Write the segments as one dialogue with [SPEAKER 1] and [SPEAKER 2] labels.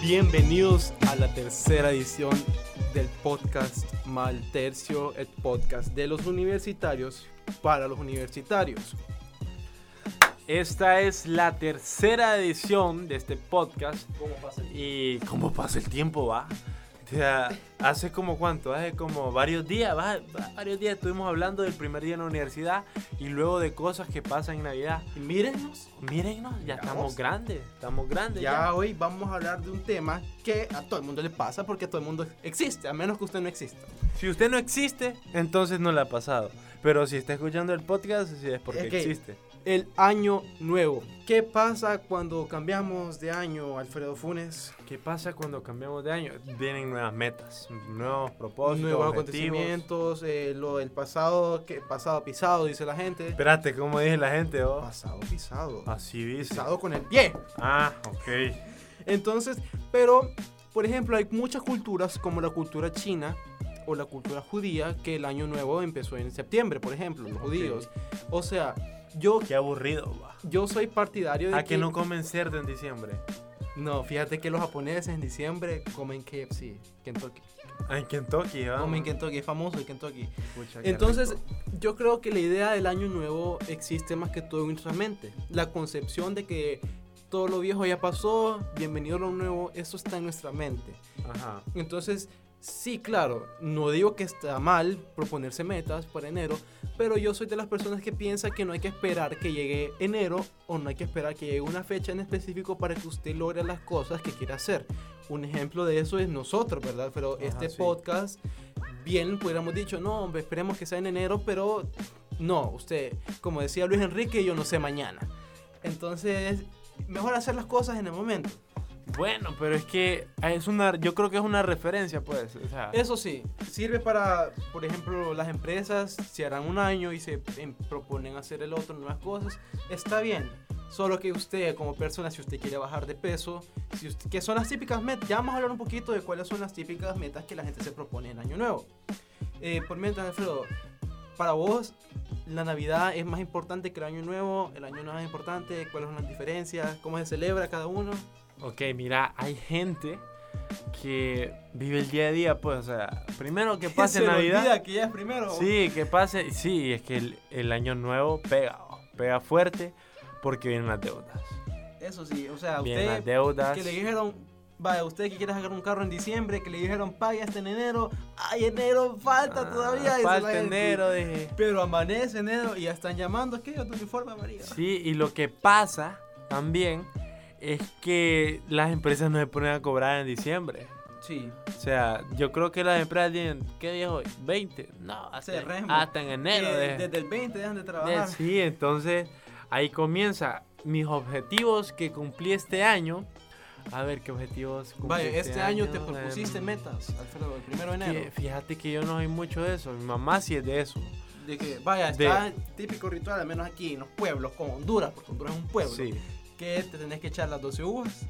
[SPEAKER 1] Bienvenidos a la tercera edición del podcast Maltercio, el podcast de los universitarios para los universitarios. Esta es la tercera edición de este podcast y cómo pasa el tiempo, va. O sea, hace como cuánto, hace como varios días, va- va- varios días estuvimos hablando del primer día en la universidad y luego de cosas que pasan en Navidad.
[SPEAKER 2] Y mírennos.
[SPEAKER 1] Mírennos, ya
[SPEAKER 2] Ya
[SPEAKER 1] estamos
[SPEAKER 2] vos.
[SPEAKER 1] grandes, estamos grandes.
[SPEAKER 2] Ya hoy vamos a hablar de un tema que a todo el mundo le pasa porque a todo el mundo existe, a menos que usted no exista.
[SPEAKER 1] Si usted no existe, entonces no la ha pasado. Pero si está escuchando el podcast, sí es porque
[SPEAKER 2] Ok.
[SPEAKER 1] existe.
[SPEAKER 2] El año nuevo. ¿Qué pasa cuando cambiamos de año, Alfredo Funes?
[SPEAKER 1] ¿Qué pasa cuando cambiamos de año? Vienen nuevas metas, nuevos propósitos,
[SPEAKER 2] Nuevos
[SPEAKER 1] objetivos.
[SPEAKER 2] acontecimientos, eh, lo del pasado, que pasado pisado, dice la gente.
[SPEAKER 1] Espérate, ¿cómo dice la gente? oh?
[SPEAKER 2] Pasado pisado.
[SPEAKER 1] Así dice.
[SPEAKER 2] Pisado con el pie.
[SPEAKER 1] Ah, ok.
[SPEAKER 2] Entonces, pero, por ejemplo, hay muchas culturas como la cultura china o la cultura judía que el año nuevo empezó en septiembre, por ejemplo, los
[SPEAKER 1] Ok.
[SPEAKER 2] judíos. O sea, yo,
[SPEAKER 1] Qué aburrido, va.
[SPEAKER 2] yo soy partidario de
[SPEAKER 1] ¿A que no comen cerdo en diciembre?
[SPEAKER 2] No, fíjate que los japoneses en diciembre comen KFC, Kentucky.
[SPEAKER 1] Ah, En Kentucky, va.
[SPEAKER 2] Comen Kentucky, es famoso el Kentucky.
[SPEAKER 1] Pucha, qué
[SPEAKER 2] Entonces,
[SPEAKER 1] rico.
[SPEAKER 2] yo creo que la idea del año nuevo existe más que todo en nuestra mente. La concepción de que todo lo viejo ya pasó, bienvenido a lo nuevo, eso está en nuestra mente.
[SPEAKER 1] Ajá.
[SPEAKER 2] Entonces, sí, claro, no digo que está mal proponerse metas para enero, pero yo soy de las personas que piensa que no hay que esperar que llegue enero o no hay que esperar que llegue una fecha en específico para que usted logre las cosas que quiere hacer. Un ejemplo de eso es nosotros, ¿verdad? Pero
[SPEAKER 1] Ajá,
[SPEAKER 2] este
[SPEAKER 1] sí.
[SPEAKER 2] podcast, bien, pudiéramos dicho, no, hombre, esperemos que sea en enero, pero no, usted, como decía Luis Enrique, yo no sé mañana. Entonces, mejor hacer las cosas en el momento.
[SPEAKER 1] Bueno, pero es que es una, yo creo que es una referencia, pues. O sea,
[SPEAKER 2] Eso sí, sirve para, por ejemplo, las empresas, si harán un año y se em, proponen hacer el otro, nuevas cosas, está bien. Solo que usted, como persona, si usted quiere bajar de peso, si usted, que son las típicas metas, ya vamos a hablar un poquito de cuáles son las típicas metas que la gente se propone en Año Nuevo. Eh, por mientras, Alfredo, para vos, ¿la Navidad es más importante que el Año Nuevo? ¿El Año Nuevo es más importante? ¿Cuáles son las diferencias? ¿Cómo se celebra cada uno?
[SPEAKER 1] Ok, mira, hay gente que vive el día a día, pues, o sea, primero que pase
[SPEAKER 2] Se le
[SPEAKER 1] Navidad.
[SPEAKER 2] olvida que ya es primero.
[SPEAKER 1] Sí, que pase, sí, es que el, el año nuevo pega, oh, pega fuerte porque vienen las deudas.
[SPEAKER 2] Eso sí, o sea,
[SPEAKER 1] Vienen
[SPEAKER 2] usted
[SPEAKER 1] las deudas.
[SPEAKER 2] que le dijeron, vaya, usted que quiere sacar un carro en diciembre, que le dijeron, pague hasta en enero, ay, enero falta
[SPEAKER 1] Ah,
[SPEAKER 2] todavía. dice la
[SPEAKER 1] Falta
[SPEAKER 2] gente.
[SPEAKER 1] enero, dije.
[SPEAKER 2] Pero amanece enero y ya están llamando, ¿qué? Tu uniforme amarillo.
[SPEAKER 1] Sí, y lo que pasa también es que las empresas no se ponen a cobrar en diciembre.
[SPEAKER 2] Sí.
[SPEAKER 1] O sea, yo creo que las empresas tienen, ¿qué día es hoy? ¿20? No, hasta,
[SPEAKER 2] Cerremos.
[SPEAKER 1] hasta en enero.
[SPEAKER 2] Que
[SPEAKER 1] deje.
[SPEAKER 2] desde el 20 dejan de
[SPEAKER 1] Eh,
[SPEAKER 2] trabajar.
[SPEAKER 1] Sí, entonces ahí comienza mis objetivos que cumplí este año. A ver qué objetivos cumplí.
[SPEAKER 2] Vaya, este año te
[SPEAKER 1] Em,
[SPEAKER 2] propusiste metas, Alfredo, el primero de
[SPEAKER 1] que
[SPEAKER 2] enero.
[SPEAKER 1] Fíjate que yo no soy mucho de eso. Mi mamá sí es de eso.
[SPEAKER 2] De que, vaya,
[SPEAKER 1] de-
[SPEAKER 2] está el típico ritual, al menos aquí en los pueblos, como Honduras, porque Honduras es un pueblo.
[SPEAKER 1] Sí.
[SPEAKER 2] Que te tenés que echar las 12 uvas.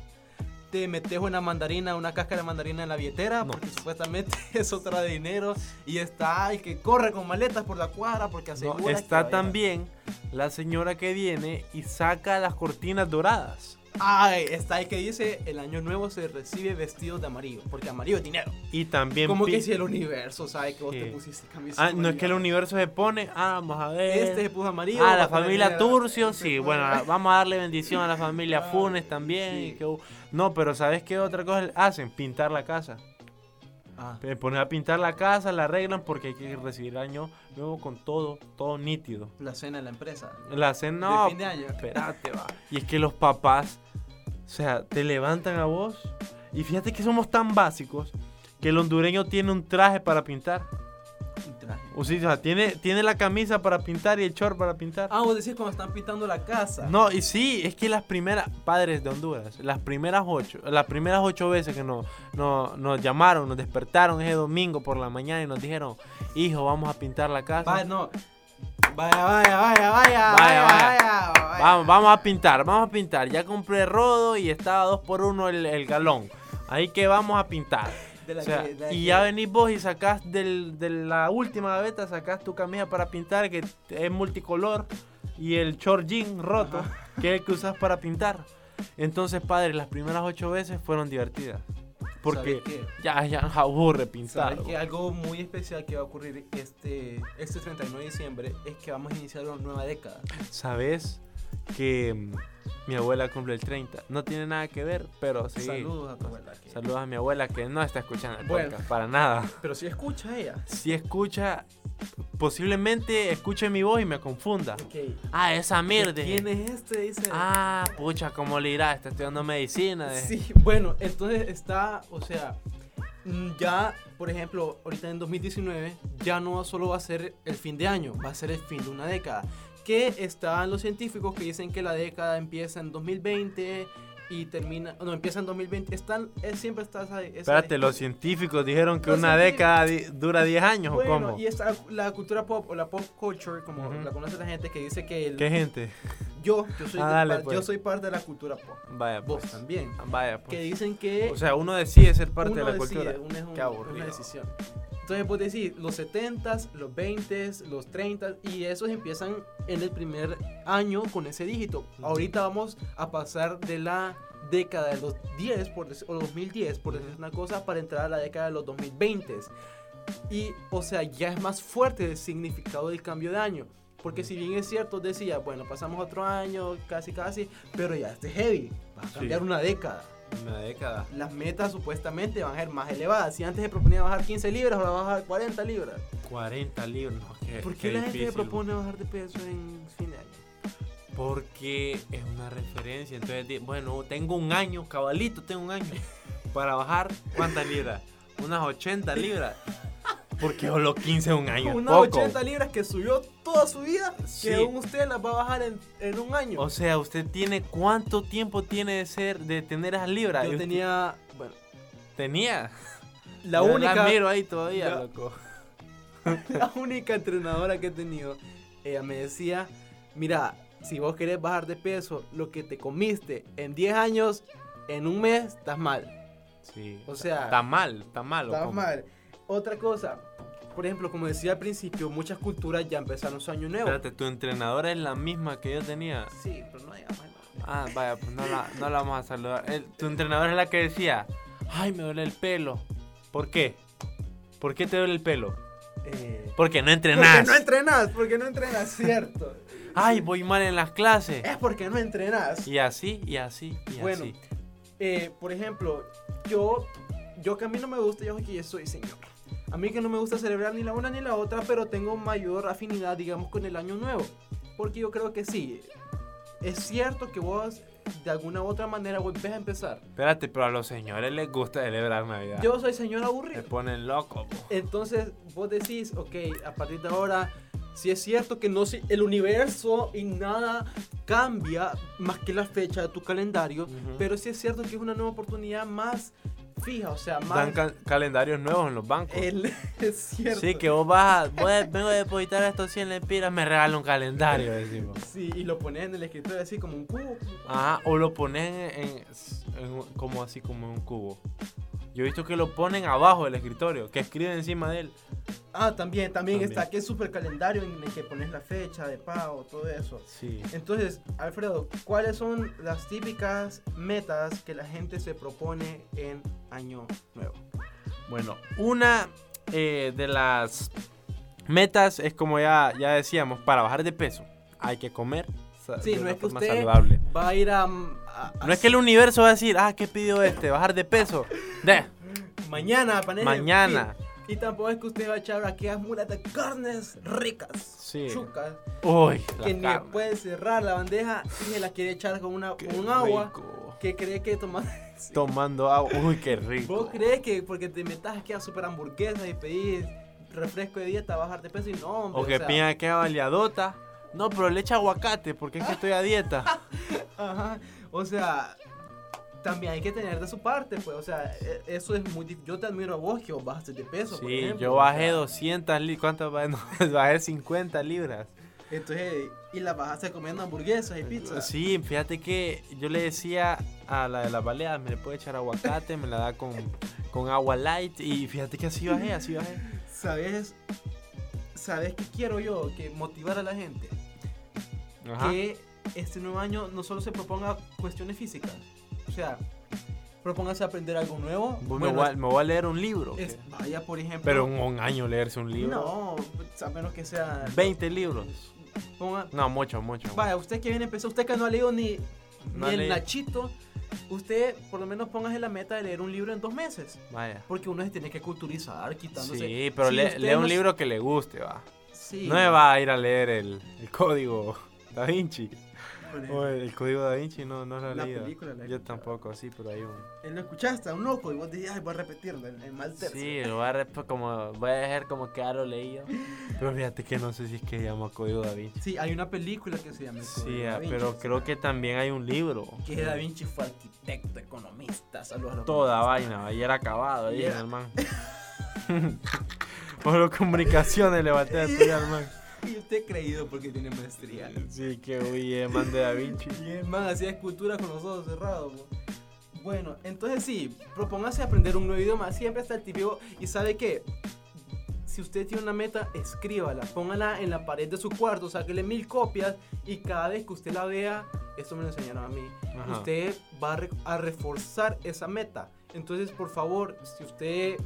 [SPEAKER 2] Te metes una mandarina, una cáscara de mandarina en la billetera,
[SPEAKER 1] No.
[SPEAKER 2] porque supuestamente eso trae dinero. Y está el que corre con maletas por la cuadra, porque
[SPEAKER 1] No,
[SPEAKER 2] asegura. que va
[SPEAKER 1] está
[SPEAKER 2] a
[SPEAKER 1] también la señora que viene y saca las cortinas doradas.
[SPEAKER 2] llegar. Ay, está el que dice: el año nuevo se recibe vestido de amarillo, porque amarillo es dinero.
[SPEAKER 1] Y también.
[SPEAKER 2] Como
[SPEAKER 1] pi-
[SPEAKER 2] que si el universo sabe que vos te
[SPEAKER 1] Sí.
[SPEAKER 2] pusiste camiseta.
[SPEAKER 1] Ah, no es que el
[SPEAKER 2] amarilla.
[SPEAKER 1] universo se pone. Ah, vamos a ver.
[SPEAKER 2] Este se puso amarillo.
[SPEAKER 1] Ah,
[SPEAKER 2] va
[SPEAKER 1] la
[SPEAKER 2] a tener
[SPEAKER 1] familia
[SPEAKER 2] dinero.
[SPEAKER 1] Turcio, sí. Bueno, ah. vamos a darle bendición a la familia
[SPEAKER 2] Ah,
[SPEAKER 1] Funes también.
[SPEAKER 2] sí.
[SPEAKER 1] y que- No, pero ¿sabes qué otra cosa hacen? Pintar la casa.
[SPEAKER 2] Ah,
[SPEAKER 1] Eh, Ponen a pintar la casa, la arreglan porque hay que recibir el año nuevo con todo, todo nítido.
[SPEAKER 2] la cena de la empresa.
[SPEAKER 1] La hacen,
[SPEAKER 2] De
[SPEAKER 1] no, pues,
[SPEAKER 2] fin de año.
[SPEAKER 1] espérate, va. Y es que los papás, o sea, te levantan a vos. Y fíjate que somos tan básicos que el hondureño tiene un traje para pintar.
[SPEAKER 2] Un traje.
[SPEAKER 1] O sí, o sea, tiene, tiene la camisa para pintar y el short para pintar.
[SPEAKER 2] Ah, vos decís cuando están pintando la casa.
[SPEAKER 1] No, y sí, es que las primeras, padres de Honduras, las primeras ocho, las primeras ocho veces que nos, no- nos llamaron, nos despertaron ese domingo por la mañana y nos dijeron, hijo, vamos a pintar la casa.
[SPEAKER 2] Vaya, no. Vaya, vaya, vaya, vaya, vaya,
[SPEAKER 1] Vaya, vaya.
[SPEAKER 2] vaya.
[SPEAKER 1] Vamos, vamos a pintar, vamos a pintar. Ya compré rodo y estaba dos por uno el, el galón. Ahí que vamos a pintar.
[SPEAKER 2] De
[SPEAKER 1] O
[SPEAKER 2] la
[SPEAKER 1] sea,
[SPEAKER 2] que- de la
[SPEAKER 1] y
[SPEAKER 2] que-
[SPEAKER 1] ya venís vos y sacás del- de la última beta, sacás tu camisa para pintar que es multicolor y el short jean roto, que es el que usás para pintar. Entonces, padre, las primeras ocho veces fueron divertidas. Porque
[SPEAKER 2] ¿Sabes qué?
[SPEAKER 1] ya, ya nos aburre
[SPEAKER 2] ¿Sabes
[SPEAKER 1] pintar.
[SPEAKER 2] qué? algo muy especial que va a ocurrir este, este 31 de diciembre es que vamos a iniciar una nueva década.
[SPEAKER 1] ¿Sabes que mm, mi abuela cumple el 30? No tiene nada que ver, pero sí.
[SPEAKER 2] Saludos a tu abuela. que-
[SPEAKER 1] Saludos a mi abuela que no está escuchando el
[SPEAKER 2] Bueno.
[SPEAKER 1] podcast, para nada.
[SPEAKER 2] Pero si escucha ella.
[SPEAKER 1] Si escucha, posiblemente escuche mi voz y me confunda.
[SPEAKER 2] Ok.
[SPEAKER 1] Ah, esa mierda.
[SPEAKER 2] ¿Quién es este? Dice.
[SPEAKER 1] Ah, pucha, ¿cómo le irá? Está estudiando medicina. eh.
[SPEAKER 2] Sí, bueno, entonces está, o sea, mm, ya, por ejemplo, ahorita en 2019 ya no solo va a ser el fin de año, va a ser el fin de una década. Que están los científicos que dicen que la década empieza en 2020 y termina, no, empieza en 2020. Están, es- siempre está esa... esa-
[SPEAKER 1] Espérate, los científicos dijeron que
[SPEAKER 2] Los
[SPEAKER 1] una
[SPEAKER 2] científicos-
[SPEAKER 1] década di- dura 10 años
[SPEAKER 2] Bueno,
[SPEAKER 1] o cómo.
[SPEAKER 2] y está la cultura pop o la pop culture, como
[SPEAKER 1] Ujú.
[SPEAKER 2] la conoce la gente, que dice que el-
[SPEAKER 1] ¿Qué gente?
[SPEAKER 2] yo, yo, soy
[SPEAKER 1] Ah,
[SPEAKER 2] de-
[SPEAKER 1] dale,
[SPEAKER 2] par-
[SPEAKER 1] pues.
[SPEAKER 2] yo soy parte de la cultura pop.
[SPEAKER 1] Vaya,
[SPEAKER 2] Vos
[SPEAKER 1] pues.
[SPEAKER 2] también.
[SPEAKER 1] Vaya,
[SPEAKER 2] Que
[SPEAKER 1] pues.
[SPEAKER 2] dicen que...
[SPEAKER 1] O sea, uno decide ser parte
[SPEAKER 2] Uno
[SPEAKER 1] de la
[SPEAKER 2] decide,
[SPEAKER 1] cultura.
[SPEAKER 2] uno es un-
[SPEAKER 1] Qué aburrido.
[SPEAKER 2] una decisión. Entonces puedes decir los 70s, los 20s, los 30s y esos empiezan en el primer año con ese dígito. Ahorita vamos a pasar de la década de los 10 por dec- o 2010 por decir
[SPEAKER 1] Ujú.
[SPEAKER 2] una cosa para entrar a la década de los 2020s. Y o sea, ya es más fuerte el significado del cambio de año. Porque si bien es cierto, decía, bueno, pasamos otro año, casi casi, pero ya este es heavy, va a
[SPEAKER 1] Ah, Sí.
[SPEAKER 2] cambiar una década
[SPEAKER 1] Una década.
[SPEAKER 2] las metas supuestamente van a ser más elevadas. Si antes se proponía bajar 15 libras, ahora va a bajar 40 libras.
[SPEAKER 1] 40 libros. no, qué-
[SPEAKER 2] ¿Por qué,
[SPEAKER 1] qué
[SPEAKER 2] la gente se
[SPEAKER 1] difícil,
[SPEAKER 2] propone bajar de peso en fin de año?
[SPEAKER 1] Porque es una referencia. Entonces, di- bueno, tengo un año, cabalito, tengo un año. Para bajar, ¿cuántas libras? Unas 80 libras. Porque solo 15 es un año. es
[SPEAKER 2] Unas
[SPEAKER 1] poco.
[SPEAKER 2] 80 libras que subió toda su vida,
[SPEAKER 1] Sí.
[SPEAKER 2] que aún usted las va a bajar en, en un año.
[SPEAKER 1] O sea, usted tiene cuánto tiempo tiene de ser de tener esas libras. Y
[SPEAKER 2] Yo
[SPEAKER 1] usted-
[SPEAKER 2] tenía, bueno,
[SPEAKER 1] tenía.
[SPEAKER 2] la
[SPEAKER 1] Yo
[SPEAKER 2] única,
[SPEAKER 1] miro ahí todavía,
[SPEAKER 2] Ya.
[SPEAKER 1] loco.
[SPEAKER 2] la única entrenadora que he tenido, ella me decía, mira, si vos querés bajar de peso, lo que te comiste en 10 años, en un mes, estás mal.
[SPEAKER 1] Sí.
[SPEAKER 2] O sea,
[SPEAKER 1] está mal, está mal.
[SPEAKER 2] Está
[SPEAKER 1] loco.
[SPEAKER 2] mal. Otra cosa, por ejemplo, como decía al principio, muchas culturas ya empezaron su año nuevo.
[SPEAKER 1] Espérate, tu entrenadora es la misma que yo tenía.
[SPEAKER 2] Sí, pero no digamos el nombre.
[SPEAKER 1] Ah, vaya, pues no la, no la vamos a saludar. El- tu entrenadora es la que decía, ay, me duele el pelo. ¿Por qué? ¿Por qué te duele el pelo?
[SPEAKER 2] Eh,
[SPEAKER 1] Porque
[SPEAKER 2] porque
[SPEAKER 1] no entrenás.
[SPEAKER 2] no entrenas, porque no entrenas, cierto.
[SPEAKER 1] Ay, voy mal en las clases.
[SPEAKER 2] Es porque no entrenas.
[SPEAKER 1] Y así, y así, y
[SPEAKER 2] Eh. Bueno,
[SPEAKER 1] así.
[SPEAKER 2] Eh, por ejemplo, yo, yo que a mí no me gusta, yo que yo soy señor. A mí que no me gusta celebrar ni la una ni la otra, pero tengo mayor afinidad, digamos, con el año nuevo. Porque yo creo que sí, es cierto que vos de alguna u otra manera volvés a empezar.
[SPEAKER 1] Espérate, pero a los señores les gusta celebrar Navidad.
[SPEAKER 2] Yo soy señor aburrido.
[SPEAKER 1] Se ponen locos. po.
[SPEAKER 2] Entonces vos decís, ok, a partir de ahora, si es cierto que no se- el universo y nada cambia más que la fecha de tu calendario,
[SPEAKER 1] Ujú.
[SPEAKER 2] pero sí es cierto que es una nueva oportunidad más fija, o sea,
[SPEAKER 1] Dan
[SPEAKER 2] más...
[SPEAKER 1] ca- calendarios nuevos en los bancos.
[SPEAKER 2] el- es Eh, cierto.
[SPEAKER 1] Sí, que vos vas, a- voy a- vengo a depositar estos 100 lempiras, me regala un calendario, decimos.
[SPEAKER 2] Sí, y lo pones en el escritorio así como un cubo.
[SPEAKER 1] Ajá, o lo ponen en, en- como así, como en un cubo. Yo he visto que lo ponen abajo del escritorio, que escriben encima de él.
[SPEAKER 2] Ah, también, también,
[SPEAKER 1] También.
[SPEAKER 2] está aquí el super calendario en el que pones la fecha de pago, todo eso.
[SPEAKER 1] Sí.
[SPEAKER 2] Entonces, Alfredo, ¿cuáles son las típicas metas que la gente se propone en año nuevo?
[SPEAKER 1] Bueno, una eh, de las metas es como ya, ya decíamos, para bajar de peso hay que comer sa-
[SPEAKER 2] Sí,
[SPEAKER 1] de
[SPEAKER 2] no
[SPEAKER 1] una
[SPEAKER 2] es que
[SPEAKER 1] forma
[SPEAKER 2] usted
[SPEAKER 1] saludable.
[SPEAKER 2] va a ir a. a- a-
[SPEAKER 1] No es que el universo va a decir, ah, ¿qué pidió este? Bajar de peso. De,
[SPEAKER 2] Mañana, a poner en
[SPEAKER 1] mañana.
[SPEAKER 2] el feed. Y tampoco es que usted va a echar aquellas mulas de carnes ricas.
[SPEAKER 1] Sí.
[SPEAKER 2] Chucas.
[SPEAKER 1] Uy, la
[SPEAKER 2] que ni le
[SPEAKER 1] carne.
[SPEAKER 2] puede cerrar la bandeja y se la quiere echar con, una,
[SPEAKER 1] Qué
[SPEAKER 2] con agua.
[SPEAKER 1] rico.
[SPEAKER 2] Que cree que tomar.
[SPEAKER 1] Tomando agua. Uy, qué rico.
[SPEAKER 2] ¿Vos crees que porque te metas aquí a super hamburguesas y pedís refresco de dieta, bajar de peso y no, hombre,
[SPEAKER 1] O que
[SPEAKER 2] sea,
[SPEAKER 1] piña que baleadota. No, pero le echa aguacate porque es que estoy a dieta.
[SPEAKER 2] Ajá. O sea, también hay que tener de su parte, pues. O sea, e- eso es muy difícil. Yo te admiro a vos que vos bajaste de peso. por
[SPEAKER 1] Sí,
[SPEAKER 2] ejemplo,
[SPEAKER 1] yo
[SPEAKER 2] o
[SPEAKER 1] bajé
[SPEAKER 2] sea,
[SPEAKER 1] 200 libras. ¿Cuánto bajé? No, bajé 50 libras.
[SPEAKER 2] Entonces, y la bajaste comiendo hamburguesas y pizza.
[SPEAKER 1] Ah, Sí, fíjate que yo le decía a la de las baleadas, me le puede echar aguacate, me la da con, con agua light. Y fíjate que así bajé, así bajé.
[SPEAKER 2] ¿Sabes? ¿Sabes qué quiero yo? Que motivar a la gente.
[SPEAKER 1] Ajá.
[SPEAKER 2] Que este nuevo año no solo se proponga cuestiones físicas, o sea, propóngase aprender algo nuevo.
[SPEAKER 1] Vos pues, me, voy a, me voy a leer un libro.
[SPEAKER 2] es-
[SPEAKER 1] ¿qué?
[SPEAKER 2] vaya, por ejemplo.
[SPEAKER 1] Pero en un año leerse un libro.
[SPEAKER 2] No, pues, a menos que sea.
[SPEAKER 1] 20 libros.
[SPEAKER 2] ponga-
[SPEAKER 1] No, mucho, mucho.
[SPEAKER 2] vaya, usted que viene empezó, usted que no ha leído ni, ni
[SPEAKER 1] No ha
[SPEAKER 2] el
[SPEAKER 1] leído.
[SPEAKER 2] Nachito, usted por lo menos póngase la meta de leer un libro en dos meses.
[SPEAKER 1] Vaya.
[SPEAKER 2] Porque uno se tiene que culturizar, quitándose.
[SPEAKER 1] Sí, pero
[SPEAKER 2] Si
[SPEAKER 1] le-
[SPEAKER 2] usted
[SPEAKER 1] lee un
[SPEAKER 2] no-
[SPEAKER 1] libro que le guste, va.
[SPEAKER 2] Sí.
[SPEAKER 1] No me va a ir a leer el, el código Da Vinci.
[SPEAKER 2] Bueno,
[SPEAKER 1] O el, el código Da Vinci no, no lo he
[SPEAKER 3] La
[SPEAKER 1] leído.
[SPEAKER 3] película la he
[SPEAKER 1] Yo
[SPEAKER 3] escuchado.
[SPEAKER 1] tampoco, sí, pero hay un.
[SPEAKER 3] Él lo escuchaste a un loco y vos decías, ay, voy a repetirlo en, en mal tercio.
[SPEAKER 1] Sí, lo voy a, re- pues, como, voy a dejar como que ya lo leído. Pero fíjate que no sé si es que se llama código Da Vinci.
[SPEAKER 2] Sí, hay una película que se llama El Código
[SPEAKER 1] Sí,
[SPEAKER 2] Da
[SPEAKER 1] ah,
[SPEAKER 2] Vinci, o
[SPEAKER 1] pero
[SPEAKER 2] sea,
[SPEAKER 1] creo que también hay un libro.
[SPEAKER 3] Que Da Vinci fue arquitecto, economista, saludos a los
[SPEAKER 1] Toda vaina, ayer acabado, ahí
[SPEAKER 3] Yeah.
[SPEAKER 1] el man. Por las comunicaciones le falté a estudiar, man.
[SPEAKER 2] Y usted creído porque tiene maestría.
[SPEAKER 1] Sí, que huye, man de Da Vinci.
[SPEAKER 2] Y es más, hacía escultura con los ojos cerrados. po. Bueno, entonces sí, propóngase aprender un nuevo idioma. Siempre está el típico. Y sabe qué? Si usted tiene una meta, escríbala. Póngala en la pared de su cuarto, sáquele mil copias. Y cada vez que usted la vea, esto me lo enseñaron a mí.
[SPEAKER 1] Ajá.
[SPEAKER 2] Usted va a, re- a reforzar esa meta. Entonces, por favor, si usted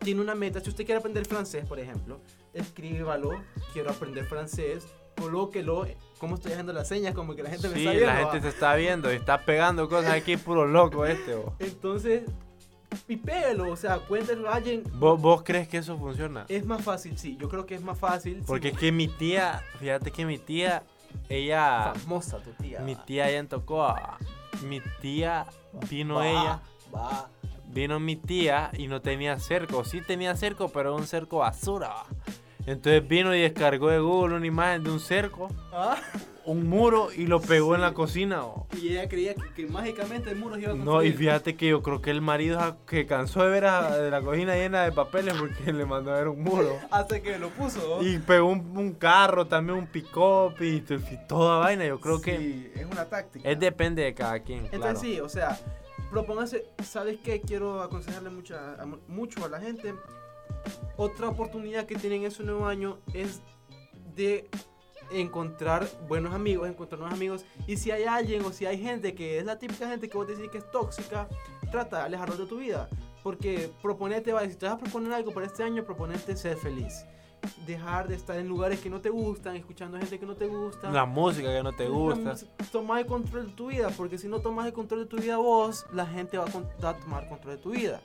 [SPEAKER 2] tiene una meta, si usted quiere aprender francés, por ejemplo, escríbalo, quiero aprender francés, colóquelo. ¿Cómo estoy haciendo las señas? Como que la gente me
[SPEAKER 1] Sí,
[SPEAKER 2] está viendo.
[SPEAKER 1] la
[SPEAKER 2] ¿va?
[SPEAKER 1] gente se está viendo y está pegando cosas aquí, puro loco este, vos.
[SPEAKER 2] Entonces, pipéelo, o sea, cuéntelo a alguien.
[SPEAKER 1] ¿Vos, vos crees que eso funciona?
[SPEAKER 2] Es más fácil, sí, yo creo que es más fácil.
[SPEAKER 1] Porque
[SPEAKER 2] sí.
[SPEAKER 1] es que mi tía, fíjate que mi tía, ella,
[SPEAKER 2] famosa tu tía.
[SPEAKER 1] mi tía allá en Tocoa, mi tía, vino
[SPEAKER 2] Va,
[SPEAKER 1] ella,
[SPEAKER 2] Va.
[SPEAKER 1] vino mi tía y no tenía cerco, sí tenía cerco, pero un cerco basura. va. Entonces vino y descargó de Google una imagen de un cerco,
[SPEAKER 2] Ah,
[SPEAKER 1] un muro y lo pegó
[SPEAKER 2] Sí.
[SPEAKER 1] en la cocina. va.
[SPEAKER 2] Y ella creía que, que mágicamente el muro se iba a
[SPEAKER 1] No, y
[SPEAKER 2] construir.
[SPEAKER 1] fíjate que yo creo que el marido ja- que cansó de ver a, de la cocina llena de papeles porque le mandó a ver un muro.
[SPEAKER 2] Hasta que lo puso.
[SPEAKER 1] Y pegó un, un carro, también un pick-up y, t- y toda vaina. Yo creo que
[SPEAKER 3] Sí, es una táctica.
[SPEAKER 1] es depende de cada quien. claro.
[SPEAKER 2] Entonces sí, o sea, propóngase, ¿sabes qué? Quiero aconsejarle mucha, a mu- mucho a la gente. Otra oportunidad que tienen en su nuevo año es de encontrar buenos amigos, encontrar nuevos amigos. Y si hay alguien o si hay gente que es la típica gente que vos decís que es tóxica, trata de alejarlos de tu vida. Porque proponete, vale, si te vas a proponer algo para este año, proponete ser feliz. Dejar de estar en lugares que no te gustan, escuchando gente que no te gusta.
[SPEAKER 1] La música que no te gusta.
[SPEAKER 2] Tomar el control de tu vida, porque si no tomas el control de tu vida vos, la gente va a, con- va a tomar control de tu vida.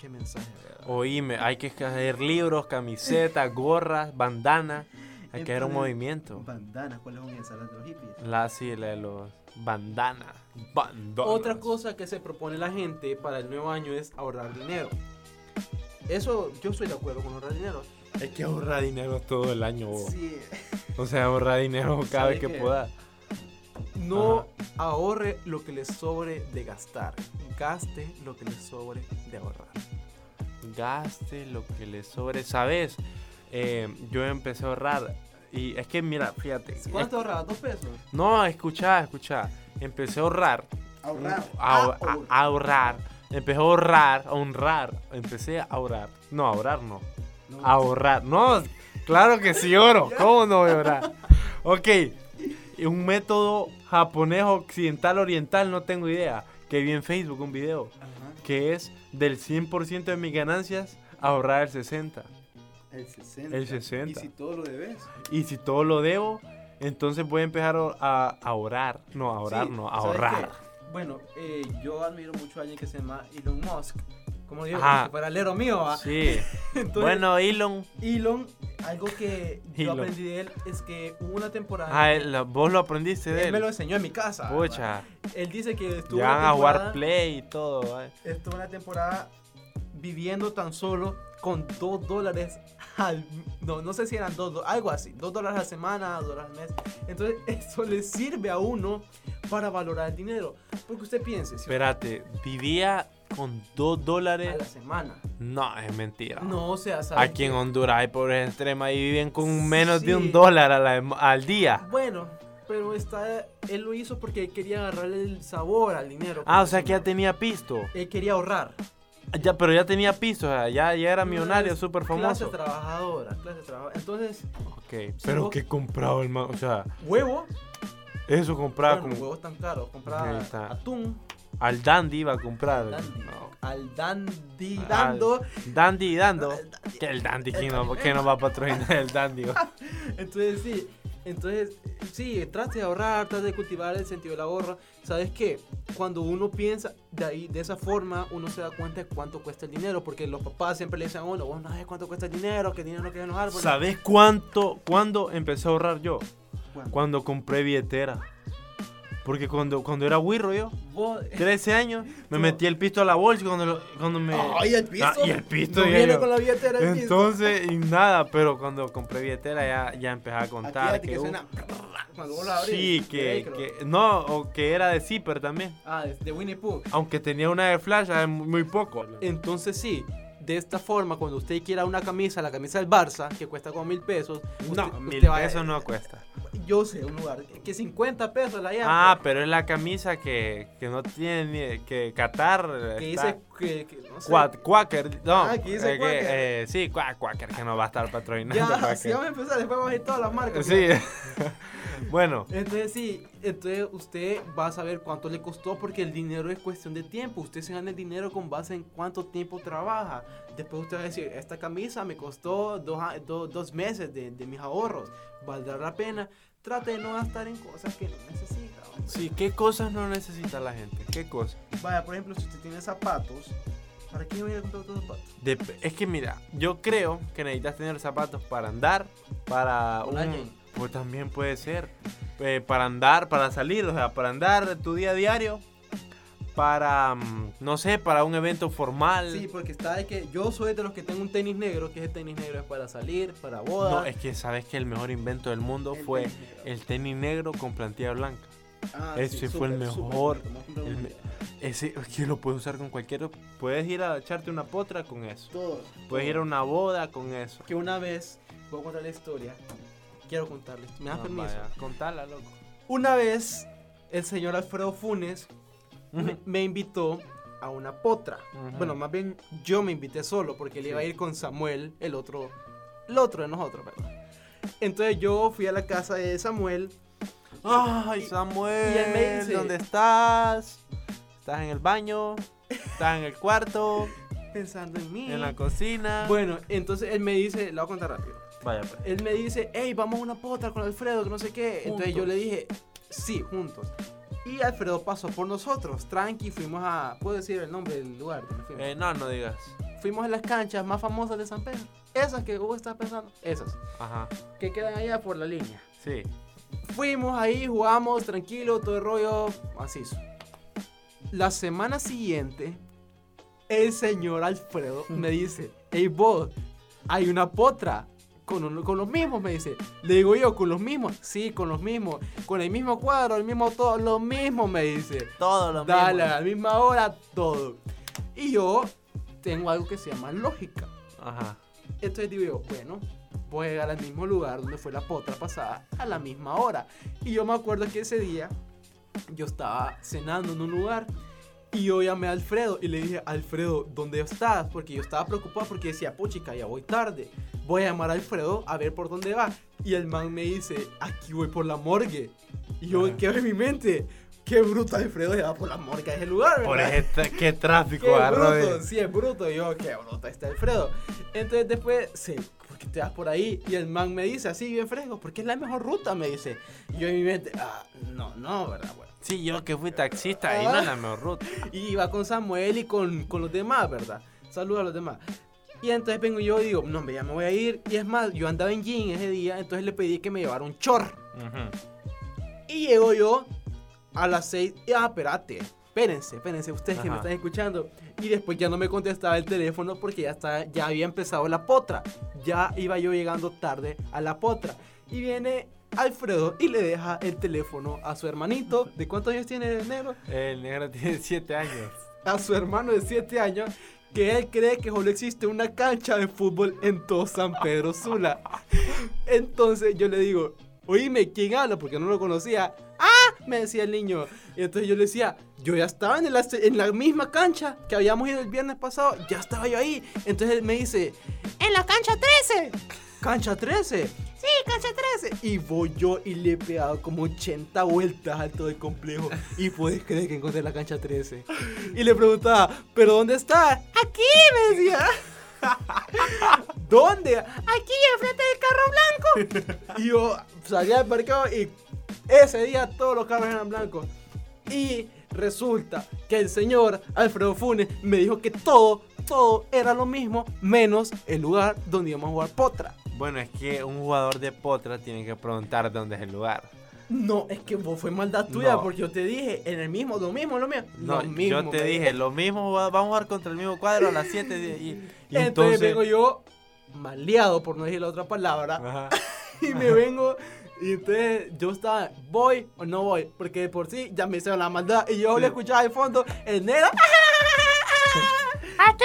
[SPEAKER 2] Qué mensaje, ¿verdad?
[SPEAKER 1] Oíme, hay que hacer libros, camisetas, gorras, bandanas. Hay que hacer un
[SPEAKER 3] Entonces,
[SPEAKER 1] movimiento.
[SPEAKER 3] Bandanas, ¿cuáles son esas? Las de los hippies.
[SPEAKER 1] La sí, la de los bandanas. Bandanas.
[SPEAKER 2] Otra cosa que se propone la gente para el nuevo año es ahorrar dinero. Eso yo estoy de acuerdo con ahorrar dinero.
[SPEAKER 1] Es que ahorra dinero todo el año. vos.
[SPEAKER 3] Sí.
[SPEAKER 1] O sea, ahorra dinero cada
[SPEAKER 3] ¿Sabes
[SPEAKER 1] vez que
[SPEAKER 3] qué?
[SPEAKER 1] puedas.
[SPEAKER 2] No ahorre lo que le sobre de gastar. Gaste lo que le sobre de ahorrar.
[SPEAKER 1] gaste lo que le sobre. ¿Sabes? Eh, yo empecé a ahorrar. Y es que, mira, fíjate. es-
[SPEAKER 2] ¿Cuánto ahorrabas? ¿Dos pesos?
[SPEAKER 1] no, escucha, escucha. Empecé a ahorrar.
[SPEAKER 3] Ahorrar. Ah,
[SPEAKER 1] A, a-
[SPEAKER 3] ahorrar.
[SPEAKER 1] a ahorrar. Empecé a ahorrar, a honrar. Empecé a ahorrar. No, a ahorrar no.
[SPEAKER 3] No,
[SPEAKER 1] A ahorrar. No, claro que sí oro. ¿Cómo no voy a ahorrar? Ok. y Un método japonés, occidental, oriental, no tengo idea. Que vi en Facebook un video
[SPEAKER 3] Ajá,
[SPEAKER 1] que es del 100% de mis ganancias ahorrar el 60.
[SPEAKER 3] el 60.
[SPEAKER 1] El 60.
[SPEAKER 3] Y si todo lo debes.
[SPEAKER 1] Y si todo lo debo, entonces voy a empezar a, a- a orar. No, a orar,
[SPEAKER 2] Sí,
[SPEAKER 1] no, a
[SPEAKER 2] ¿sabes
[SPEAKER 1] ahorrar.
[SPEAKER 2] qué? Bueno, eh, yo admiro mucho a alguien que se llama Elon Musk. Como digo,
[SPEAKER 1] Ajá.
[SPEAKER 2] como si fuera el héroe mío. ¿va?
[SPEAKER 1] Sí.
[SPEAKER 2] Entonces,
[SPEAKER 1] bueno, Elon.
[SPEAKER 2] Elon, algo que yo
[SPEAKER 1] Elon.
[SPEAKER 2] aprendí de él es que hubo una temporada.
[SPEAKER 1] Ah, él- la- vos lo aprendiste
[SPEAKER 2] él
[SPEAKER 1] de él.
[SPEAKER 2] me lo enseñó en mi casa. ¿va?
[SPEAKER 1] Pucha,
[SPEAKER 2] Él dice que estuvo
[SPEAKER 1] ya
[SPEAKER 2] una
[SPEAKER 1] van a jugar
[SPEAKER 2] temporada-
[SPEAKER 1] play y todo. eh. ¿vale?
[SPEAKER 2] estuvo una temporada viviendo tan solo con 2 dólares al no no sé si eran 2 algo así 2 dólares a la semana dos dólares al mes entonces eso le sirve a uno para valorar el dinero porque usted piense si
[SPEAKER 1] Espérate, vivía con 2
[SPEAKER 2] a la
[SPEAKER 1] dólares.
[SPEAKER 2] semana
[SPEAKER 1] No, es mentira.
[SPEAKER 2] no o sea ¿sabes
[SPEAKER 1] Aquí en
[SPEAKER 2] qué?
[SPEAKER 1] Honduras hay pobres extremas y viven con menos de un
[SPEAKER 2] Sí.
[SPEAKER 1] dólar a la- al día.
[SPEAKER 2] bueno pero está él lo hizo porque quería agarrarle el sabor al dinero
[SPEAKER 1] Ah, o sea que ya
[SPEAKER 2] tenía
[SPEAKER 1] tenía pisto.
[SPEAKER 2] él quería ahorrar
[SPEAKER 1] Ya, pero ya tenía piso, o sea, ya, ya era
[SPEAKER 2] No,
[SPEAKER 1] millonario,
[SPEAKER 2] es
[SPEAKER 1] súper
[SPEAKER 2] clase
[SPEAKER 1] famoso.
[SPEAKER 2] trabajadora clase trabajadora entonces
[SPEAKER 1] Ok,
[SPEAKER 2] pero vos-
[SPEAKER 1] comprado el man, o sea,
[SPEAKER 2] huevo
[SPEAKER 1] Eso compraba
[SPEAKER 2] Bueno,
[SPEAKER 1] como
[SPEAKER 2] huevos tan caros.
[SPEAKER 1] Ahí
[SPEAKER 2] Compraba
[SPEAKER 1] está.
[SPEAKER 2] atún.
[SPEAKER 1] al Dandy iba a comprar.
[SPEAKER 2] Dandy.
[SPEAKER 1] No.
[SPEAKER 2] Al dandy
[SPEAKER 1] Al-
[SPEAKER 2] dando.
[SPEAKER 1] Dandy dando.
[SPEAKER 2] Al
[SPEAKER 1] Que el Dandy, ¿quién no, quién no va a patrocinar el Dandy? va?
[SPEAKER 2] Entonces sí, entonces sí, trate de ahorrar, trate de cultivar el sentido del ahorro. ¿Sabes qué? Cuando uno piensa de ahí, de esa forma, uno se da cuenta de cuánto cuesta el dinero, porque los papás siempre le dicen a uno, vos no sabes cuánto cuesta el dinero, que el dinero queda en los árboles.
[SPEAKER 1] ¿Sabes cuánto, cuándo empecé a ahorrar yo?
[SPEAKER 2] ¿Cuándo?
[SPEAKER 1] Cuando compré billetera. Porque cuando, cuando era wirro yo,
[SPEAKER 2] Vos-
[SPEAKER 1] 13 años, me
[SPEAKER 2] No.
[SPEAKER 1] metí el pisto a la bolsa y cuando, lo- cuando me...
[SPEAKER 2] Ay, el piso.
[SPEAKER 1] Ah, y el pisto,
[SPEAKER 2] No
[SPEAKER 1] y
[SPEAKER 2] viene
[SPEAKER 1] yo-
[SPEAKER 2] con la billetera el piso.
[SPEAKER 1] Entonces, y nada, pero cuando compré billetera ya, ya empezaba a
[SPEAKER 2] Aquí
[SPEAKER 1] contar.
[SPEAKER 2] fíjate
[SPEAKER 1] que
[SPEAKER 2] que
[SPEAKER 1] uh,
[SPEAKER 2] suena cuando vos lo abrís.
[SPEAKER 1] sí, que,
[SPEAKER 2] Velcro.
[SPEAKER 1] que- No, o que era de zipper también.
[SPEAKER 2] Ah, de- de Winnie Pooh.
[SPEAKER 1] Aunque tenía una de flash, era muy muy poco. Eh,
[SPEAKER 2] Entonces sí, de esta forma, cuando usted quiera una camisa, la camisa del Barça, que cuesta como mil pesos, usted,
[SPEAKER 1] No, mil
[SPEAKER 2] usted va a-
[SPEAKER 1] pesos no cuesta.
[SPEAKER 2] Yo sé un lugar que 50 pesos la llama.
[SPEAKER 1] Ah, pero es la camisa que, que no tiene ni- que Qatar.
[SPEAKER 2] que
[SPEAKER 1] está-
[SPEAKER 2] dice que, que no sé.
[SPEAKER 1] Qua- Quaker, no,
[SPEAKER 2] Ah, que dice
[SPEAKER 1] eh,
[SPEAKER 2] Quaker.
[SPEAKER 1] eh, sí, Qua- Quaker, que no va a estar patrocinando.
[SPEAKER 2] Ya,
[SPEAKER 1] Quaker.
[SPEAKER 2] si vamos a empezar, después vamos a ir todas las marcas.
[SPEAKER 1] Sí. bueno,
[SPEAKER 2] Entonces sí, entonces usted va a saber cuánto le costó porque el dinero es cuestión de tiempo. Usted se gana el dinero con base en cuánto tiempo trabaja. Después usted va a decir, esta camisa me costó dos, a- do- dos meses de, de mis ahorros. ¿Valdrá la pena? Trate de no gastar en cosas que no necesita. hombre.
[SPEAKER 1] sí, ¿qué cosas no necesita la gente? ¿Qué cosas?
[SPEAKER 2] Vaya, por ejemplo, si usted tiene zapatos, ¿para qué voy a comprar otros zapatos?
[SPEAKER 1] Dep- es que mira, yo creo que necesitas tener zapatos para andar, para
[SPEAKER 2] Hola,
[SPEAKER 1] un-
[SPEAKER 2] Jay.
[SPEAKER 1] pues también puede ser eh, para andar, para salir, o sea, para andar tu día a diario, para mm, no sé, para un evento formal.
[SPEAKER 2] Sí, porque está de que yo soy de los que tengo un tenis negro, que ese tenis negro es para salir, para bodas.
[SPEAKER 1] no, es que sabes que el mejor invento del mundo
[SPEAKER 2] El
[SPEAKER 1] fue
[SPEAKER 2] tenis negro.
[SPEAKER 1] el tenis negro con plantilla blanca.
[SPEAKER 2] Ah, sí,
[SPEAKER 1] ese fue el
[SPEAKER 2] súper, súper,
[SPEAKER 1] mejor,
[SPEAKER 2] súper, me voy a comprar
[SPEAKER 1] el
[SPEAKER 2] uno.
[SPEAKER 1] me- Ese es que lo puedes usar con cualquier, puedes ir a echarte una potra con eso.
[SPEAKER 2] Todo,
[SPEAKER 1] Puedes
[SPEAKER 2] todo.
[SPEAKER 1] ir a una boda con eso.
[SPEAKER 2] Que una vez, voy a contar la historia. Quiero contarles. ¿Me das
[SPEAKER 1] No,
[SPEAKER 2] permiso?
[SPEAKER 1] Ah, vaya, Contala, loco.
[SPEAKER 2] Una vez, el señor Alfredo Funes me, me invitó a una potra.
[SPEAKER 1] Ujú.
[SPEAKER 2] Bueno, más bien yo me invité solo porque él iba a
[SPEAKER 1] Sí.
[SPEAKER 2] ir con Samuel, el otro, el otro de nosotros, ¿verdad? Entonces yo fui a la casa de Samuel.
[SPEAKER 1] Ay,
[SPEAKER 2] Y-
[SPEAKER 1] Samuel,
[SPEAKER 2] y él me dice-
[SPEAKER 1] ¿dónde estás? ¿Estás en el baño? ¿Estás en el cuarto?
[SPEAKER 2] pensando en mí.
[SPEAKER 1] ¿En la cocina?
[SPEAKER 2] Bueno, entonces él me dice, la voy a contar rápido.
[SPEAKER 1] vaya pues.
[SPEAKER 2] Él me dice, hey, vamos a una potra con Alfredo, que no sé qué. Entonces yo
[SPEAKER 1] Juntos.
[SPEAKER 2] le dije, sí, juntos. Y Alfredo pasó por nosotros, tranqui, fuimos a, puedo decir el nombre del lugar donde fuimos.
[SPEAKER 1] Eh, no, no digas.
[SPEAKER 2] Fuimos a las canchas más famosas de San Pedro. Esas que vos estás pensando, esas,
[SPEAKER 1] Ajá,
[SPEAKER 2] que quedan allá por la línea.
[SPEAKER 1] sí.
[SPEAKER 2] Fuimos ahí, jugamos, tranquilo, todo el rollo, macizo. La semana siguiente, el señor Alfredo me dice, hey vos, hay una potra. Con, un- con los mismos, me dice. Le digo yo, con los mismos. Sí, con los mismos. Con el mismo cuadro, el mismo todo, lo mismo, me dice.
[SPEAKER 1] Todo lo
[SPEAKER 2] Dale, a la misma hora, todo. Y yo tengo algo que se llama lógica.
[SPEAKER 1] Ajá.
[SPEAKER 2] Entonces digo yo, bueno, voy a llegar al mismo lugar donde fue la potra pasada a la misma hora. Y yo me acuerdo que ese día yo estaba cenando en un lugar y yo llamé a Alfredo y le dije, Alfredo, ¿dónde estás? Porque yo estaba preocupado porque decía, puchica, ya voy tarde. Voy a llamar a Alfredo a ver por dónde va. Y el man me dice, aquí voy por la morgue. Y yo
[SPEAKER 1] Ajá.
[SPEAKER 2] quedo en mi mente, qué bruto Alfredo ya va por la morgue a ese lugar.
[SPEAKER 1] Por
[SPEAKER 2] ¿verdad?"
[SPEAKER 1] este, qué tráfico,
[SPEAKER 2] Qué
[SPEAKER 1] ah,
[SPEAKER 2] bruto,
[SPEAKER 1] Rodri.
[SPEAKER 2] sí, es bruto. Y yo, qué bruto está Alfredo. Entonces después, sí, ¿por qué te vas por ahí? Y el man me dice así, bien fresco, porque es la mejor ruta, me dice. Y yo en mi mente, ah, no, no, ¿verdad? Bueno.
[SPEAKER 1] Sí, yo que fui taxista, ahí no es la mejor ruta.
[SPEAKER 2] Y iba con Samuel y con, con los demás, ¿verdad? Saludos a los demás. Y entonces vengo yo y digo, no, hombre, ya me voy a ir. Y es más, yo andaba en jean ese día, entonces le pedí que me llevara un chor.
[SPEAKER 1] Ujú.
[SPEAKER 2] Y llego yo a las 6. Ah, espérate. Espérense, espérense, ustedes que me
[SPEAKER 1] Ajá.
[SPEAKER 2] están escuchando. Y después ya no me contestaba el teléfono porque ya, está, ya había empezado la potra. Ya iba yo llegando tarde a la potra. Y viene Alfredo y le deja el teléfono a su hermanito. ¿De cuántos años tiene el negro?
[SPEAKER 1] El negro tiene 7 años.
[SPEAKER 2] A su hermano de 7 años. Que él cree que solo existe una cancha de fútbol en todo San Pedro Sula. Entonces yo le digo, oíme, ¿quién habla? Porque no lo conocía. ¡Ah! Me decía el niño. Y entonces yo le decía, yo ya estaba en la, en la misma cancha que habíamos ido el viernes pasado, ya estaba yo ahí. Entonces él me dice, en la cancha 13. Cancha 13. sí, cancha 13. Y voy yo y le he pegado como 80 vueltas al todo el complejo. Y puedes creer que encontré la cancha 13. Y le preguntaba, ¿pero dónde está? Aquí, me decía. ¿Dónde? Aquí, enfrente del carro blanco. Y yo salía del parqueo y ese día todos los carros eran blancos. Y resulta que el señor Alfredo Funes me dijo que todo, todo era lo mismo, menos el lugar donde íbamos a jugar potra.
[SPEAKER 1] Bueno, es que un jugador de potra tiene que preguntar dónde es el lugar.
[SPEAKER 2] No, es que vos fue maldad tuya
[SPEAKER 1] No.
[SPEAKER 2] porque yo te dije en el mismo, lo mismo, lo mismo.
[SPEAKER 1] No,
[SPEAKER 2] lo mismo,
[SPEAKER 1] yo te
[SPEAKER 2] me
[SPEAKER 1] dije, lo mismo, jugado- vamos a jugar contra el mismo cuadro a las 7 y, y
[SPEAKER 2] Entonces, Este, vengo yo maleado, por no decir la otra palabra,
[SPEAKER 1] Ajá.
[SPEAKER 2] y me vengo. Y entonces yo estaba, ¿voy o no voy? Porque de por sí ya me hicieron la maldad. Y yo
[SPEAKER 1] Sí.
[SPEAKER 2] le escuchaba de fondo, el negro.
[SPEAKER 4] ¡Aquí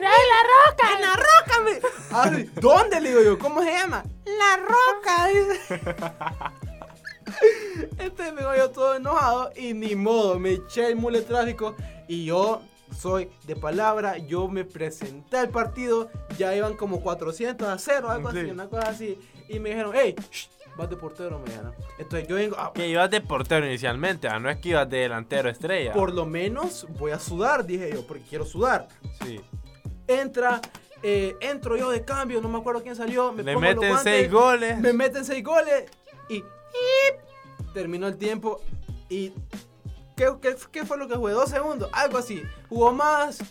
[SPEAKER 4] la roca! ¡Ahí la roca!
[SPEAKER 2] ¡En la roca! Me... Ay, ¿Dónde le digo yo? ¿Cómo se llama? La roca. dice. Entonces me voy yo todo enojado y ni modo, me eché el mule tráfico y yo soy de palabra, yo me presenté al partido, ya iban como 400 a 0, algo así,
[SPEAKER 1] Sí.
[SPEAKER 2] una cosa así, y me dijeron, hey, shh, vas de portero, me dijeron. Entonces yo vengo, "Ah,
[SPEAKER 1] Que ibas de portero inicialmente, ah, no es que ibas de delantero estrella.
[SPEAKER 2] por lo menos voy a sudar, dije yo, porque quiero sudar.
[SPEAKER 1] Sí.
[SPEAKER 2] Entra, eh, entro yo de cambio, no me acuerdo quién salió, me
[SPEAKER 1] Le
[SPEAKER 2] pongo los
[SPEAKER 1] meten
[SPEAKER 2] guantes,
[SPEAKER 1] 6 goles.
[SPEAKER 2] Me meten seis goles y, y terminó el tiempo. ¿Y ¿qué, qué, qué fue lo que jugué? Dos segundos, algo así. Jugó más. eh,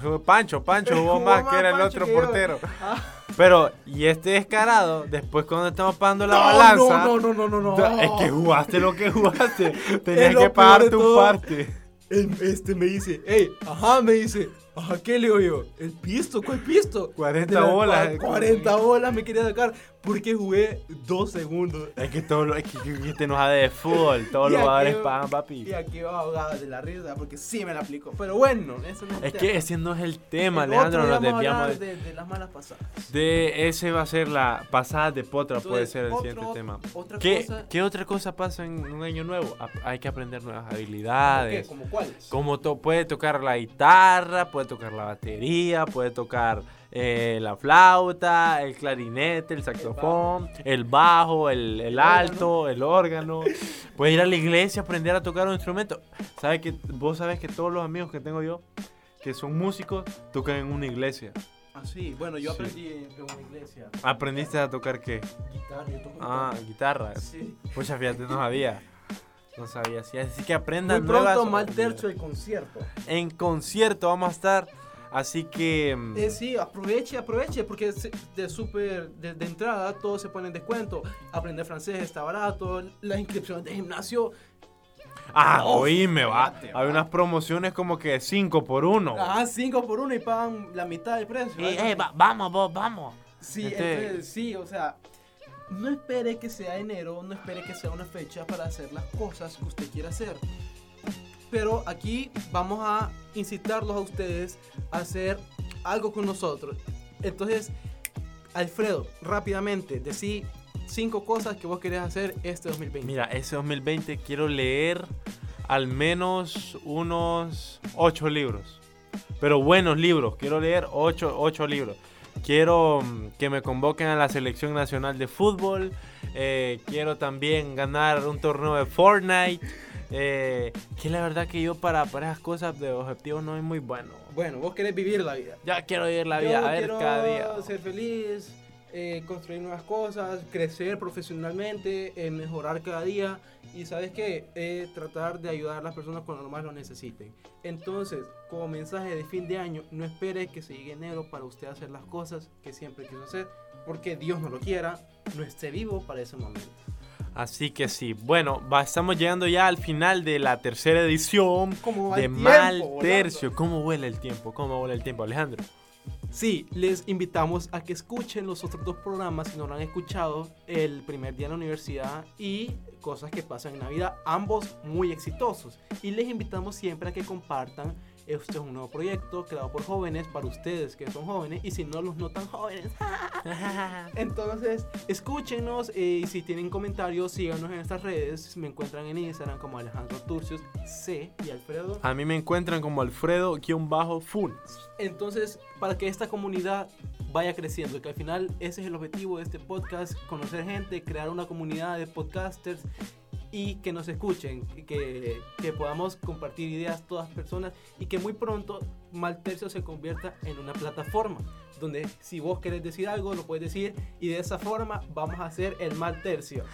[SPEAKER 1] Jugó Pancho, Pancho jugó
[SPEAKER 2] Jugó
[SPEAKER 1] más,
[SPEAKER 2] más
[SPEAKER 1] que era el
[SPEAKER 2] Pancho
[SPEAKER 1] otro
[SPEAKER 2] que yo.
[SPEAKER 1] portero.
[SPEAKER 2] Ah,
[SPEAKER 1] Pero, y este descarado, después cuando estamos pagando la
[SPEAKER 2] no,
[SPEAKER 1] balanza.
[SPEAKER 2] No, no, no, no, no.
[SPEAKER 1] da- Es que jugaste lo que jugaste.
[SPEAKER 2] Es
[SPEAKER 1] Tenías
[SPEAKER 2] lo
[SPEAKER 1] que
[SPEAKER 2] peor
[SPEAKER 1] pagar
[SPEAKER 2] de
[SPEAKER 1] tu
[SPEAKER 2] todo.
[SPEAKER 1] parte.
[SPEAKER 2] El- este me dice, hey, ajá, me dice. Ajá, ¿qué le digo yo? ¿El pisto? ¿Cuál pisto?
[SPEAKER 1] 40
[SPEAKER 2] De las cua-
[SPEAKER 1] bolas.
[SPEAKER 2] 40 bolas me quería sacar porque jugué dos segundos.
[SPEAKER 1] Es que todo lo, es que, que- que este nos de fútbol, todos
[SPEAKER 2] Y
[SPEAKER 1] los
[SPEAKER 2] aquí-
[SPEAKER 1] jugadores pagan, papi.
[SPEAKER 2] Y aquí va ahogado de la risa porque sí me la aplicó. Pero bueno, eso no es
[SPEAKER 1] Es
[SPEAKER 2] tema.
[SPEAKER 1] que ese no es el
[SPEAKER 2] El
[SPEAKER 1] tema,
[SPEAKER 2] otro
[SPEAKER 1] Alejandro, nos
[SPEAKER 2] íbamos a hablar
[SPEAKER 1] desviamos de,
[SPEAKER 2] de, de las malas pasadas.
[SPEAKER 1] de ese va a ser la pasada de potra, puede
[SPEAKER 2] Entonces,
[SPEAKER 1] ser el
[SPEAKER 2] otro-
[SPEAKER 1] siguiente tema.
[SPEAKER 2] Otra
[SPEAKER 1] ¿Qué,
[SPEAKER 2] cosa.
[SPEAKER 1] qué otra cosa pasa en un año nuevo? Ap- Hay que aprender nuevas
[SPEAKER 2] ¿Qué?
[SPEAKER 1] habilidades.
[SPEAKER 2] ¿Como cuáles?
[SPEAKER 1] Como to- puede tocar la guitarra, puede tocar la batería, puede tocar eh, la flauta, el clarinete, el saxofón, el bajo, el, el alto, el órgano. Puede ir a la iglesia, aprender a tocar un instrumento. ¿Sabe que, vos sabés que todos los amigos que tengo yo, que son músicos, tocan en una iglesia.
[SPEAKER 2] Ah, sí. Bueno, yo
[SPEAKER 1] Sí.
[SPEAKER 2] aprendí en en una iglesia.
[SPEAKER 1] ¿Aprendiste a tocar qué?
[SPEAKER 2] Guitarra, yo toco
[SPEAKER 1] Ah,
[SPEAKER 2] guitarra.
[SPEAKER 1] guitarra.
[SPEAKER 2] Sí.
[SPEAKER 1] Pues fíjate, no sabía. No sabía, sí, así que
[SPEAKER 2] Muy
[SPEAKER 1] aprendan
[SPEAKER 2] pronto,
[SPEAKER 1] nuevas
[SPEAKER 2] mal
[SPEAKER 1] habilidades.
[SPEAKER 2] tercio el concierto.
[SPEAKER 1] en concierto vamos a estar. Así que. mm,
[SPEAKER 2] Eh, sí, aproveche, aproveche, porque se- de súper, de, de entrada, todo se pone en descuento. Aprender francés está barato, las inscripciones de gimnasio.
[SPEAKER 1] ah,
[SPEAKER 2] Uf,
[SPEAKER 1] oíme, va.
[SPEAKER 2] espérate, va.
[SPEAKER 1] Hay unas promociones como que 5 por 1.
[SPEAKER 2] Ah, 5 por 1 y pagan la mitad del precio. algo
[SPEAKER 1] eh,
[SPEAKER 2] así.
[SPEAKER 1] vamos, vos, vamos.
[SPEAKER 2] Sí,
[SPEAKER 1] Este-
[SPEAKER 2] entonces, sí, o sea, no espere que sea enero, no espere que sea una fecha para hacer las cosas que usted quiera hacer. Pero aquí vamos a incitarlos a ustedes a hacer algo con nosotros. Entonces, Alfredo, rápidamente, decí cinco cosas que vos querés hacer este 2020.
[SPEAKER 1] Mira, ese 2020 quiero leer al menos unos 8 libros. Pero buenos libros. Quiero leer 8, libros. Quiero mm, que me convoquen a la selección nacional de fútbol. Eh, quiero también ganar un torneo de Fortnite. Eh, que la verdad que yo para, para esas cosas de objetivos no es muy bueno.
[SPEAKER 2] Bueno, vos querés vivir la vida.
[SPEAKER 1] Ya quiero ir la
[SPEAKER 2] Yo
[SPEAKER 1] vida a ver
[SPEAKER 2] quiero
[SPEAKER 1] cada día.
[SPEAKER 2] ser feliz, eh, construir nuevas cosas, crecer profesionalmente, eh, mejorar cada día y sabes qué, Eh, tratar de ayudar a las personas cuando más lo necesiten. Entonces, como mensaje de fin de año, no espere que se llegue enero para usted hacer las cosas que siempre quiso hacer, porque Dios no lo quiera, no esté vivo para ese momento.
[SPEAKER 1] Así que sí. Bueno, va- estamos llegando ya al final de la tercera edición.
[SPEAKER 2] Como
[SPEAKER 1] de mal tercio. ¿Cómo vuela el tiempo? ¿Cómo vuela el tiempo, Alejandro?
[SPEAKER 2] Sí, les invitamos a que escuchen los otros dos programas si no lo han escuchado, el primer día en la universidad y cosas que pasan en Navidad, ambos muy exitosos. Y les invitamos siempre a que compartan, este es un nuevo proyecto creado por jóvenes, para ustedes que son jóvenes y si no los no tan jóvenes. Entonces, escúchenos eh, y si tienen comentarios, síganos en estas redes, me encuentran en Instagram como Alejandro Turcios C y Alfredo
[SPEAKER 1] A mí me encuentran como Alfredo-Full.
[SPEAKER 2] entonces, para que esta comunidad vaya creciendo, que al final ese es el objetivo de este podcast, conocer gente, crear una comunidad de podcasters y que nos escuchen, y que, que podamos compartir ideas todas personas y que muy pronto Maltercio se convierta en una plataforma donde si vos querés decir algo lo puedes decir y de esa forma vamos a hacer el Maltercio.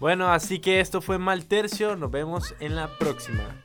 [SPEAKER 1] bueno, así que esto fue Mal Tercio. Nos vemos en la próxima.